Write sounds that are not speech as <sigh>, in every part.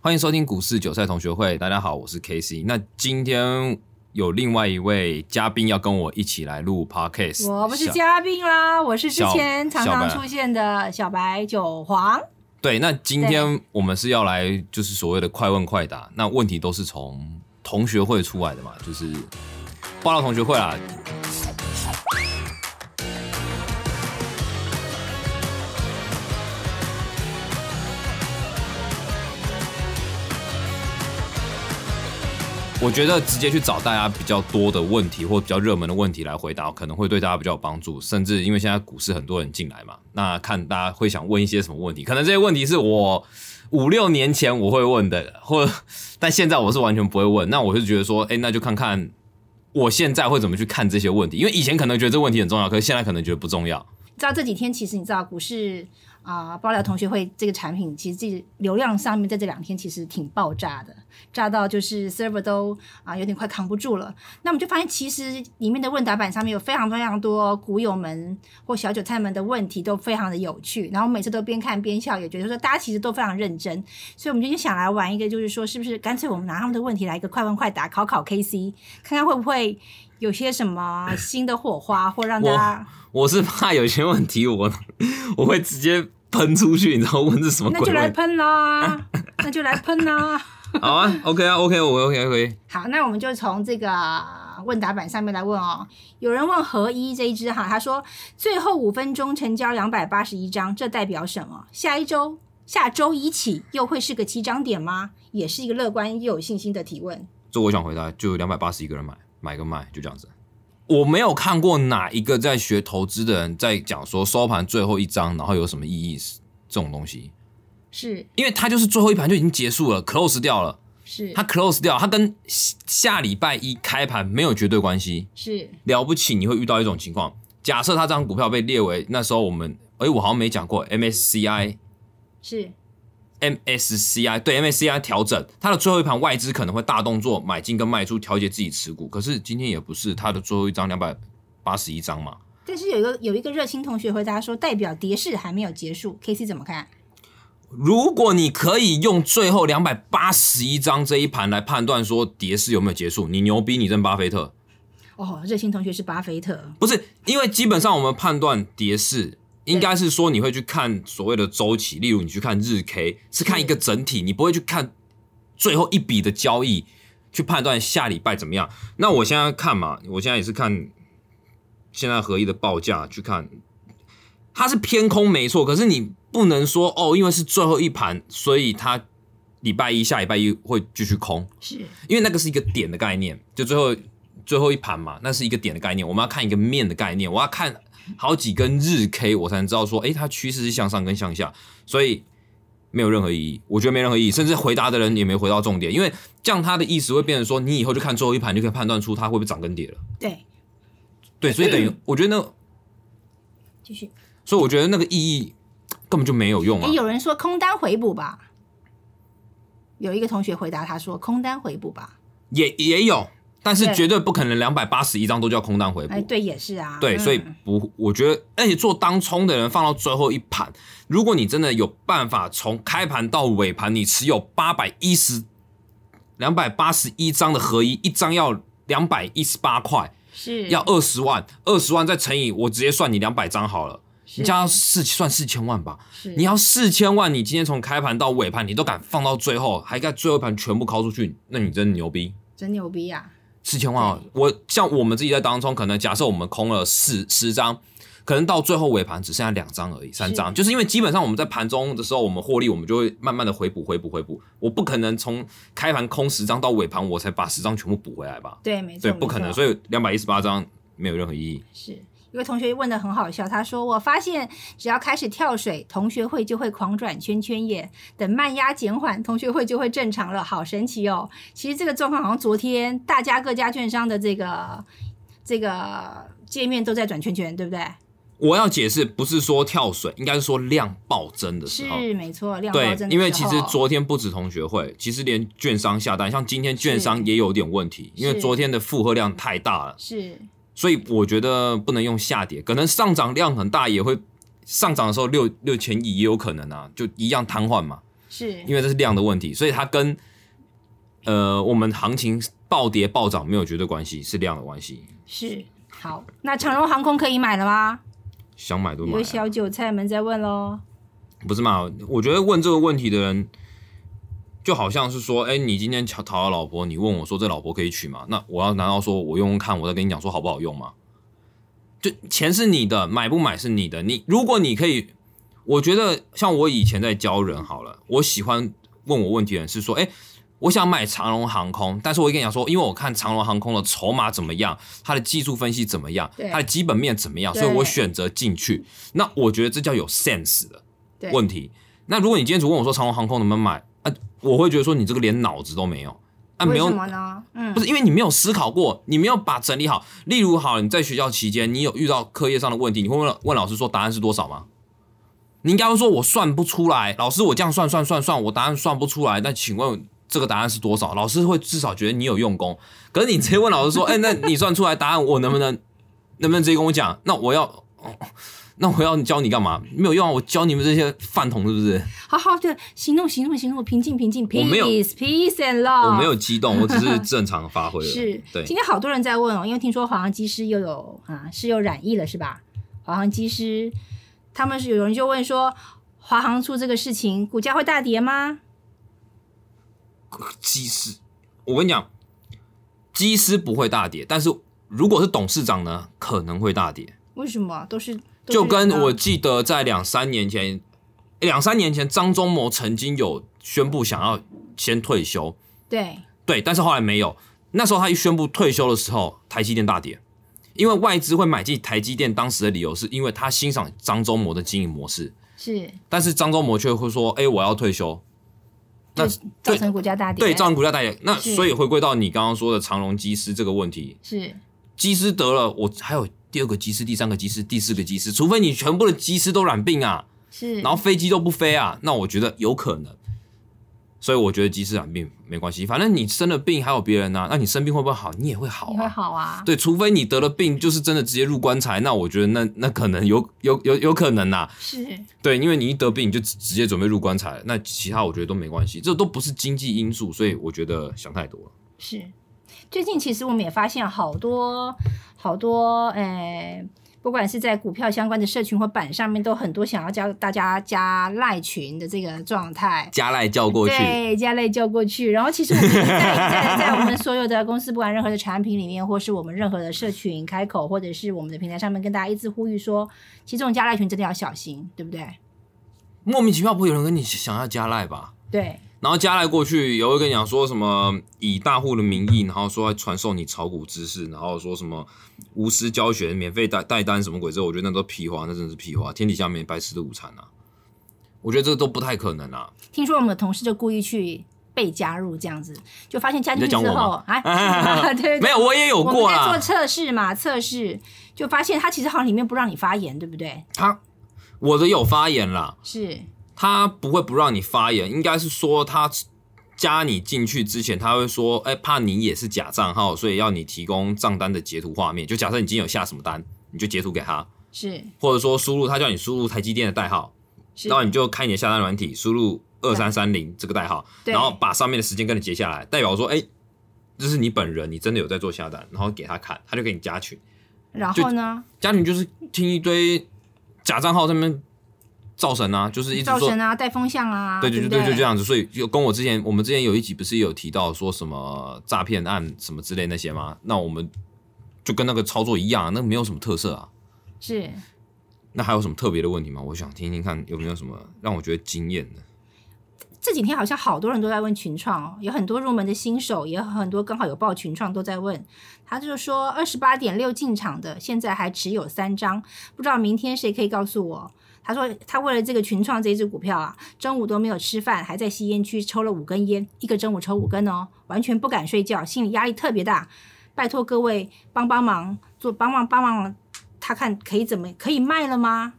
欢迎收听股市韭菜同学会，大家好，我是 K C。那今天有另外一位嘉宾要跟我一起来录 Podcast，我不是小嘉宾啦，我是之前小常小白常出现的小白韭黄。对，那今天我们是要来就是所谓的快问快答，那问题都是从同学会出来的嘛，就是报道同学会啊啦。我觉得直接去找大家比较多的问题或比较热门的问题来回答，可能会对大家比较有帮助。甚至因为现在股市很多人进来嘛，那看大家会想问一些什么问题，可能这些问题是我五六年前我会问的，或 <laughs> 但现在我是完全不会问。那我就觉得说，哎，那就看看我现在会怎么去看这些问题，因为以前可能觉得这问题很重要，可是现在可能觉得不重要。你知道这几天其实你知道股市啊、爆料同学会这个产品，其实这流量上面在这两天其实挺爆炸的，炸到就是 server 都啊、有点快扛不住了。那我们就发现，其实里面的问答板上面有非常非常多股友们或小韭菜们的问题，都非常的有趣。然后每次都边看边笑，也觉得说大家其实都非常认真。所以我们今天想来玩一个，就是说是不是干脆我们拿他们的问题来一个快问快答，考考 KC，看看会不会有些什么新的火花，或让大家。我是怕有些问题我 <laughs> 我会直接喷出去，你知道问是什么 <laughs> 那就鬼来问题？喷 <laughs> 啦，那就来喷啦。好啊，OK 啊，OK，我 OK OK。好，那我们就从这个问答板上面来问哦。有人问合一这一支哈，他说最后五分钟成交两百八十一张，这代表什么？下一周下周一起又会是个起涨点吗？也是一个乐观又有信心的提问。这我想回答，就两百八十一个人买，买跟卖就这样子。我没有看过哪一个在学投资的人在讲说收盘最后一张，然后有什么意义这种东西，是因为它就是最后一盘就已经结束了，close 掉了，是它 close 掉，它跟下下礼拜一开盘没有绝对关系。是了不起，你会遇到一种情况，假设它这张股票被列为那时候我们，诶，我好像没讲过 MSCI 是 MSCI 对 MSCI 调整，它的最后一盘外资可能会大动作买进跟卖出，调节自己持股。可是今天也不是它的最后一张两百八十一张嘛，但是有一个有一个热心同学回答说，代表跌势还没有结束，K C 怎么看？如果你可以用最后两百八十一张这一盘来判断说跌势有没有结束，你牛逼，你认巴菲特。哦，热心同学是巴菲特，不是，因为基本上我们判断跌势，应该是说你会去看所谓的周期，例如你去看日 K，是看一个整体，你不会去看最后一笔的交易去判断下礼拜怎么样。那我现在看嘛，我现在也是看现在合一的报价去看，它是偏空没错，可是你不能说哦，因为是最后一盘，所以它礼拜一下礼拜一会继续空。是因为那个是一个点的概念，就最后最后一盘嘛，那是一个点的概念。我们要看一个面的概念，我要看好几根日 K，我才能知道说，诶，它趋势是向上跟向下，所以没有任何意义，我觉得没任何意义，甚至回答的人也没回到重点，因为这样他的意思会变成说，你以后就看最后一盘就可以判断出它会不会涨跟跌了。对，对，所以等于嗯我觉得那，继续。所以我觉得那个意义根本就没有用哎、啊。有人说空单回补吧？有一个同学回答他说空单回补吧。也也有，但是对绝对不可能两百八十一张都叫空单回补。哎，对，也是啊。对，嗯所以不，我觉得，而且做当冲的人放到最后一盘，如果你真的有办法从开盘到尾盘，你持有八百一十、两百八十一张的合一，一张要两百一十八块，是要二十万，二十万再乘以，我直接算你两百张好了，是你这样要四算四千万吧？是你要四千万，你今天从开盘到尾盘，你都敢放到最后，还敢最后一盘全部抛出去，那你真的牛逼。真牛逼啊！四千万哦，我像我们自己在当中，可能假设我们空了四十张，可能到最后尾盘只剩下两张而已，三张，就是因为基本上我们在盘中的时候，我们获利，我们就会慢慢的回补、回补、回补。我不可能从开盘空十张到尾盘，我才把十张全部补回来吧？对，啊没错，对，不可能。以所以两百一十八张没有任何意义。是有个同学问的很好笑，他说我发现只要开始跳水，同学会就会狂转圈圈耶，等慢压减缓，同学会就会正常了，好神奇哦！其实这个状况好像昨天大家各家券商的这个这个界面都在转圈圈，对不对？我要解释，不是说跳水，应该是说量暴增的时候。是没错，量对高真，的因为时其候实昨天不止同学会，其实连券商下单，像今天券是商也有点问题，因为是昨天的负荷量太大了。是所以我觉得不能用下跌，可能上涨量很大也会上涨的时候六六千亿也有可能啊，就一样瘫痪嘛。是因为这是量的问题，所以它跟呃我们行情暴跌暴涨没有绝对关系，是量的关系。是。好，那长荣航空可以买了吗？想买都买有啊、小韭菜们在问喽。不是嘛？我觉得问这个问题的人，就好像是说，哎、你今天讨讨到老婆，你问我说这老婆可以娶吗？那我要难道说我用用看，我再跟你讲说好不好用吗？就钱是你的，买不买是你的。你如果你可以，我觉得像我以前在教人好了，我喜欢问我问题的人是说，哎、我想买长龙航空，但是我会跟你讲说，因为我看长龙航空的筹码怎么样，它的技术分析怎么样对，它的基本面怎么样，对所以我选择进去。那我觉得这叫有 sense 的。对，问题。那如果你今天只问我说长荣航空能不能买啊，我会觉得说你这个连脑子都没有啊，没为有什么呢？嗯，不是因为你没有思考过，你没有把整理好。例如，好，你在学校期间，你有遇到课业上的问题，你会问问老师说答案是多少吗？你应该会说我算不出来，老师我这样算算算算，我答案算不出来。那请问这个答案是多少？老师会至少觉得你有用功。可是你直接问老师说，哎、那你算出来答案，我能不能能不能直接跟我讲？那我要。哦那我要教你干嘛？没有用啊！我教你们这些饭桶是不是？好好的行动，行动，行动，平静，平静我没有，peace，peace and love。我没有激动，我只是正常发挥而已。是，对，今天好多人在问哦，因为听说华航机师又有啊是又染疫了是吧？华航机师他们是有人就问说，华航出这个事情，股价会大跌吗？机师，我跟你讲，机师不会大跌，但是如果是董事长呢，可能会大跌。为什么都是都是就跟人啊我记得在两三年前，两三年前张忠谋曾经有宣布想要先退休，对对，但是后来没有。那时候他一宣布退休的时候，台积电大跌，因为外资会买进台积电，当时的理由是因为他欣赏张忠谋的经营模式，是但是张忠谋却会说：“哎、我要退休。”那造对成股价大跌，对，造成股价大跌。那是所以回归到你刚刚说的长隆机师这个问题，是机师得了，我还有第二个机师、第三个机师、第四个机师，除非你全部的机师都染病啊，是，然后飞机都不飞啊，那我觉得有可能。所以我觉得机师染病没关系，反正你生了病还有别人呐、啊那你生病会不会好？你也会好你会啊。好啊，对，除非你得了病，就是真的直接入棺材，那我觉得那那可能有有有有可能呐、啊是对，因为你一得病你就直直接准备入棺材了，那其他我觉得都没关系，这都不是经济因素，所以我觉得想太多了。是，最近其实我们也发现好多好多，呃，不管是在股票相关的社群或板上面，都很多想要教大家加赖群的这个状态。加赖叫过去，对，加赖叫过去，然后其实我们一再一再地在我们所有的公司，不管任何的产品里面，或是我们任何的社群开口，或者是我们的平台上面，跟大家一直呼吁说，其实这种加赖群真的要小心，对不对？莫名其妙不会有人跟你想要加赖吧？对，然后加赖过去也会跟你讲说什么以大户的名义，然后说要传授你炒股知识，然后说什么无私教学、免费带带单什么鬼之后，我觉得那都屁话，那真的是屁话，天底下没白吃的午餐啊！我觉得这都不太可能啊。听说我们的同事就故意去被加入，这样子就发现加进去你在讲之我后，哎， <laughs> 对对对，没有，我也有我过啊们在做啦。测试嘛，测试就发现它其实好像里面不让你发言，对不对？他我的有发言啦，是他不会不让你发言，应该是说他加你进去之前，他会说，哎、怕你也是假账号，所以要你提供账单的截图画面。就假设你今天有下什么单，你就截图给他，是或者说输入他叫你输入台积电的代号，是然，后你就开你的下单软体，输入二三三零这个代号，对然后把上面的时间跟你截下来，代表说，哎、这是你本人，你真的有在做下单，然后给他看，他就给你加群。然后呢？加群就是听一堆假账号上面造神啊，就是一直造说神啊，带风向啊，对对对不对对，就这。样子。所以就跟我之前，我们之前有一集不是有提到说什么诈骗案什么之类那些吗？那我们就跟那个操作一样啊，那个没有什么特色啊。是那还有什么特别的问题吗？我想听听看有没有什么让我觉得惊艳的。这几天好像好多人都在问群创哦，有很多入门的新手，也有很多刚好有报群创都在问。他就说二十八点六进场的，现在还持有三张，不知道明天谁可以告诉我。他说他为了这个群创这一只股票啊，中午都没有吃饭，还在吸烟区抽了五根烟，一个中午抽五根哦，完全不敢睡觉，心理压力特别大。拜托各位帮帮忙，做帮忙帮忙，他看可以怎么可以卖了吗？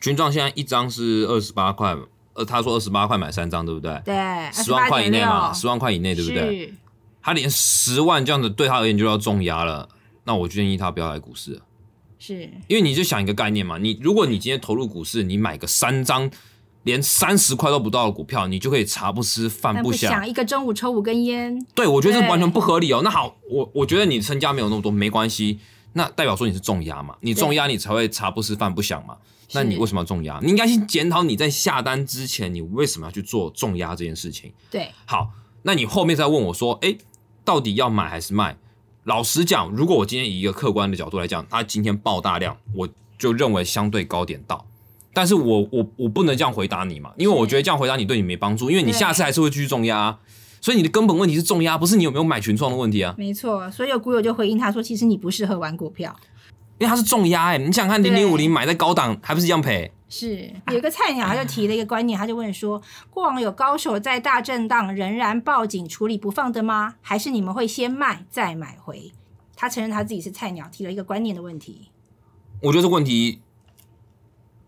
群状现在一张是二十八块，呃，他说二十八块买三张，对不对？对，二十十万八块以点内六，嘛，十万块以内，对不对？是他连十万这样子对他而言就要重压了，那我建议他不要来股市了。是因为你就想一个概念嘛，你如果你今天投入股市，你买个三张连三十块都不到的股票，你就可以茶不思饭但不不想想。一个中午抽五根烟，对，我觉得这对完全不合理哦。那好，我我觉得你身家没有那么多没关系，那代表说你是重压嘛，你重压你才会茶不思饭不想嘛。那你是为什么要重压？你应该去检讨你在下单之前，你为什么要去做重压这件事情。对，好，那你后面再问我说，哎，到底要买还是卖？老实讲，如果我今天以一个客观的角度来讲，它今天爆大量，我就认为相对高点到。但是我我我不能这样回答你嘛，因为我觉得这样回答你对你没帮助，因为你对下次还是会继续重压、啊，所以你的根本问题是重压，不是你有没有买群创的问题啊，没错。所以有股友就回应他说，其实你不适合玩股票。因为它是重压哎、你想想看零对零五零买在高档还不是一样赔？是有一个菜鸟，他就提了一个观念，他就问说：过往有高手在大震荡仍然报警处理不放的吗？还是你们会先卖再买回？他承认他自己是菜鸟，提了一个观念的问题。我觉得这个问题，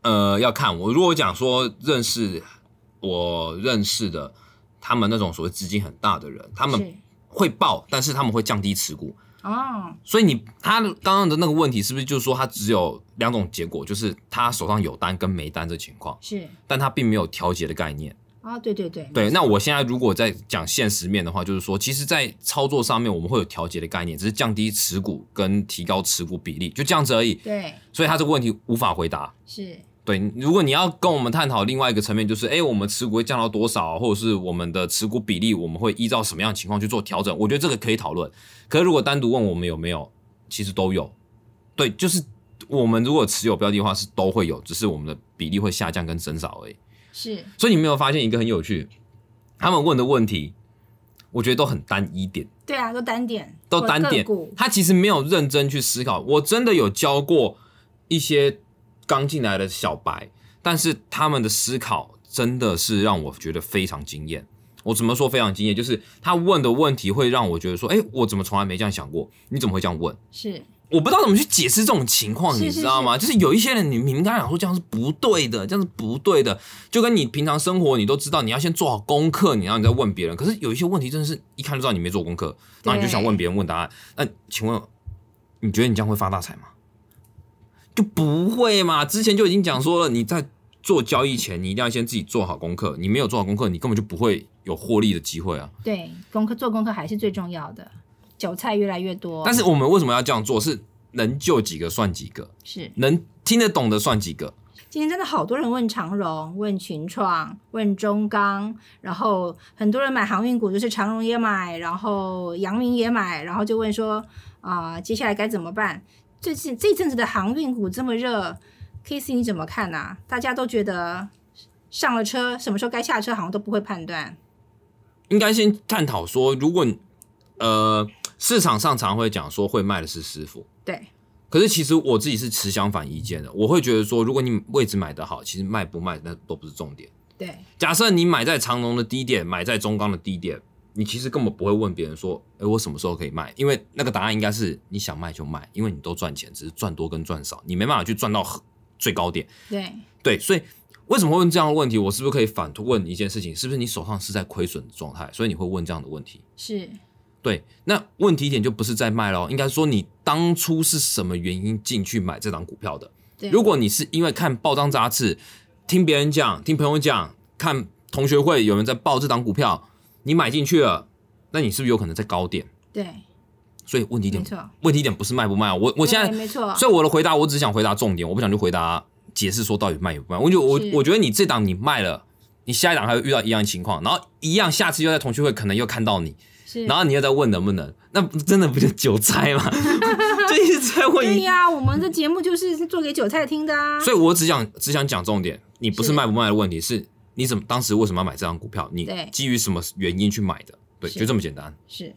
呃，要看我如果讲说认识我认识的他们那种所谓资金很大的人，他们是会爆，但是他们会降低持股。哦，所以你他刚刚的那个问题是不是就是说他只有两种结果，就是他手上有单跟没单这情况，是但他并没有调节的概念。哦，对对对，对，那我现在如果在讲现实面的话，就是说，其实，在操作上面我们会有调节的概念，只是降低持股跟提高持股比例，就这样子而已。对所以他这个问题无法回答。是对，如果你要跟我们探讨另外一个层面，就是哎，诶我们持股会降到多少，或者是我们的持股比例，我们会依照什么样的情况去做调整？我觉得这个可以讨论。可是如果单独问我们有没有，其实都有。对，就是我们如果持有标的的话，是都会有，只是我们的比例会下降跟增少而已。是所以你没有发现一个很有趣，他们问的问题，我觉得都很单一点。对啊，都单点，都或单点个股，他其实没有认真去思考。我真的有教过一些刚进来的小白，但是他们的思考真的是让我觉得非常惊艳。我怎么说非常惊艳？就是他问的问题会让我觉得说，哎，我怎么从来没这样想过？你怎么会这样问？是我不知道怎么去解释这种情况，是你知道吗？就是有一些人，你明刚讲说这样是不对的，这样是不对的，就跟你平常生活你都知道，你要先做好功课，你然后你再问别人。可是有一些问题真的是一看就知道你没做功课，然后你就想问别人问答案。那请问，你觉得你这样会发大财吗？就不会嘛？之前就已经讲说了，你在做交易前，你一定要先自己做好功课。你没有做好功课，你根本就不会有获利的机会啊。对功课做功课还是最重要的。韭菜越来越多，但是我们为什么要这样做？是能救几个算几个，是能听得懂的算几个。今天真的好多人问长荣、问群创、问中钢，然后很多人买航运股，就是长荣也买，然后阳明也买，然后就问说啊、接下来该怎么办？最近这阵子的航运股这么热，K C 你怎么看啊？大家都觉得上了车，什么时候该下车，好像都不会判断。应该先探讨说，如果你呃市场上常会讲说会卖的是师傅，对，可是其实我自己是持相反意见的，我会觉得说，如果你位置买得好，其实卖不卖那都不是重点。对，假设你买在长隆的低点，买在中钢的低点，你其实根本不会问别人说，诶，我什么时候可以卖？因为那个答案应该是你想卖就卖，因为你都赚钱，只是赚多跟赚少，你没办法去赚到很最高点。对，对，所以为什么会问这样的问题？我是不是可以反问一件事情？是不是你手上是在亏损的状态，所以你会问这样的问题？是，对，那问题点就不是在卖咯，应该说你当初是什么原因进去买这档股票的？对，如果你是因为看报章杂志、听别人讲、听朋友讲、看同学会有人在报这档股票，你买进去了，那你是不是有可能在高点？对，所以问题没点，错，问题点不是卖不卖啊，我我现在嗯对没错，所以我的回答，我只想回答重点，我不想去回答解释说到底卖与不卖。我就我是我觉得你这档你卖了，你下一档还会遇到一样的情况，然后一样下次又在同学会可能又看到你，是然后你又在问能不能，那真的不就韭菜吗？ <laughs> 就一直在问对一。呀、我们的节目就是做给韭菜听的啊。所以我只想只想讲重点，你不是是卖不卖的问题，是你怎么当时为什么要买这张股票，你对基于什么原因去买的，对，是就这么简单。是。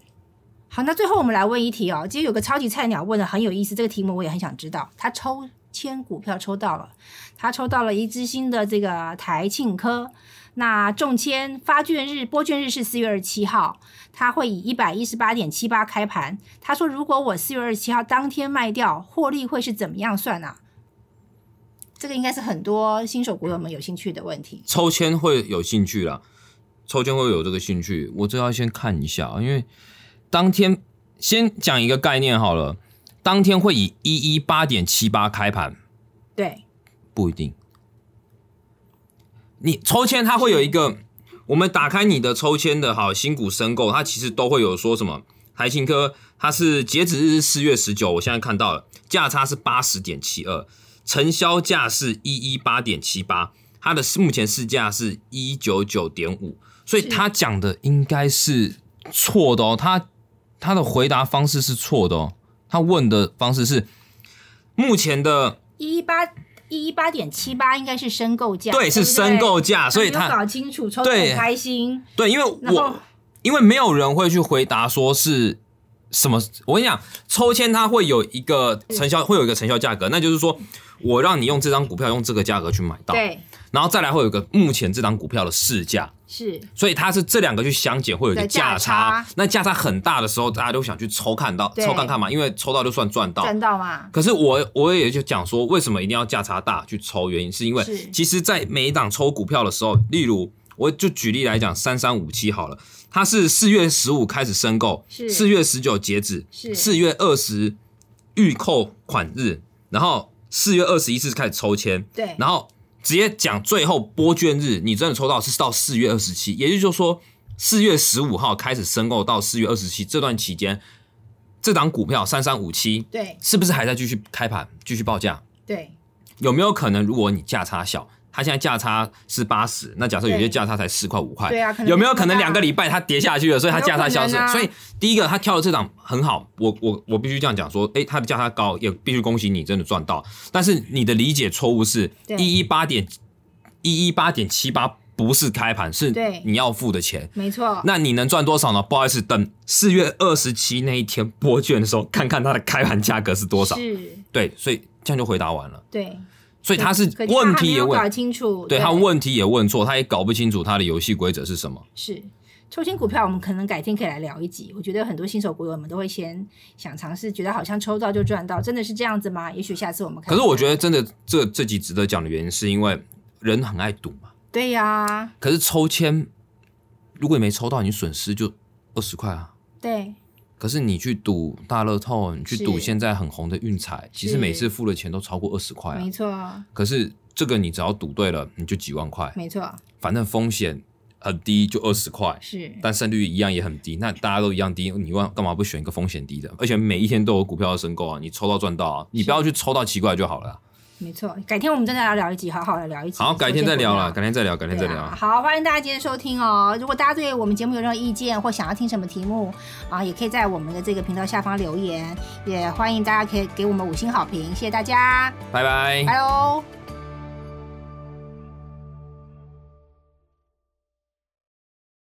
好，那最后我们来问一题哦。今天有个超级菜鸟问的很有意思，这个题目我也很想知道。他抽签股票抽到了，他抽到了一支新的这个台庆科。那中签发券日拨券日是四月二十七号，他会以一百一十八点七八开盘。他说，如果我四月二十七号当天卖掉，获利会是怎么样算啊？这个应该是很多新手股友们有兴趣的问题。抽签会有兴趣啦，抽签会有这个兴趣，我这要先看一下，因为当天先讲一个概念好了，当天会以一一八点七八开盘，对，不一定。你抽签它会有一个，我们打开你的抽签的好新股申购，它其实都会有说什么台新科，它是截止日是四月十九，我现在看到了价差是八十点七二，承销价是一一八点七八，它的目前市价是一九九点五，所以是他讲的应该是错的哦，他他的回答方式是错的哦，他问的方式是目前的一一八一一八点七八应该是申购价，对对是申购价，价啊所以没有他搞哦清楚，抽得对很开心，对，因为然后我因为没有人会去回答说是什么。我跟你讲，抽签它会有一个成交，会有一个成交价格，那就是说我让你用这张股票用这个价格去买到，对然后再来会有一个目前这张股票的市价，是所以它是这两个去相减会有一个对价价差那价差很大的时候，大家都想去抽看到对抽看看嘛，因为抽到就算赚到。赚到嘛？可是我我也就讲说，为什么一定要价差大去抽？原因是因为是其实，在每一档抽股票的时候，例如我就举例来讲，三三五七好了，它是四月十五开始申购，是四月十九截止，是四月二十预扣款日，然后四月二十一是开始抽签，对，然后直接讲最后拨券日，你真的抽到是到四月二十七，也就是说四月十五号开始申购到四月二十七这段期间，这档股票三三五七对是不是还在继续开盘、继续报价？对有没有可能，如果你价差小，它现在价差是八十，那假设有些对价差才四块五块，对啊可能哎有没有可能没那么大两个礼拜它跌下去了，所以它价差消失？有可能啊所以第一个，它跳的这档很好，我我我必须这样讲说，诶，它的价差高，也必须恭喜你真的赚到。但是你的理解错误是对一一八点一一八点七八不是开盘，是对你要付的钱。没错，那你能赚多少呢？不好意思，等四月二十七那一天拨券的时候，看看它的开盘价格是多少。是，对，所以这样就回答完了。对，所以他是可问他还没题也有搞问，清楚，对他问题也问错，他也搞不清楚他的游戏规则是什么。是抽签股票，我们可能改天可以来聊一集。我觉得很多新手股友们都会先想尝试，觉得好像抽到就赚到，真的是这样子吗？也许下次我们看可是看我觉得真的这这集值得讲的原因，是因为人很爱赌嘛。对呀、可是抽签，如果你没抽到，你损失就二十块啊。对可是你去赌大乐透，你去赌是现在很红的运彩，其实是每次付的钱都超过二十块啊没。错，可是这个你只要赌对了，你就几万块，没错，反正风险很低，就二十块。是但胜率一样也很低，那大家都一样低，你万干嘛不选一个风险低的？而且每一天都有股票要申购啊，你抽到赚到啊，你不要去抽到奇怪就好了啊。没错。改天我们再来聊一集，好好的聊一集。好，改天再聊了，啦，改天再聊，改天再对聊。啊。好，欢迎大家今天收听哦。如果大家对我们节目有任何意见或想要听什么题目啊，也可以在我们的这个频道下方留言，也欢迎大家可以给我们五星好评，谢谢大家，拜拜。拜喽。哦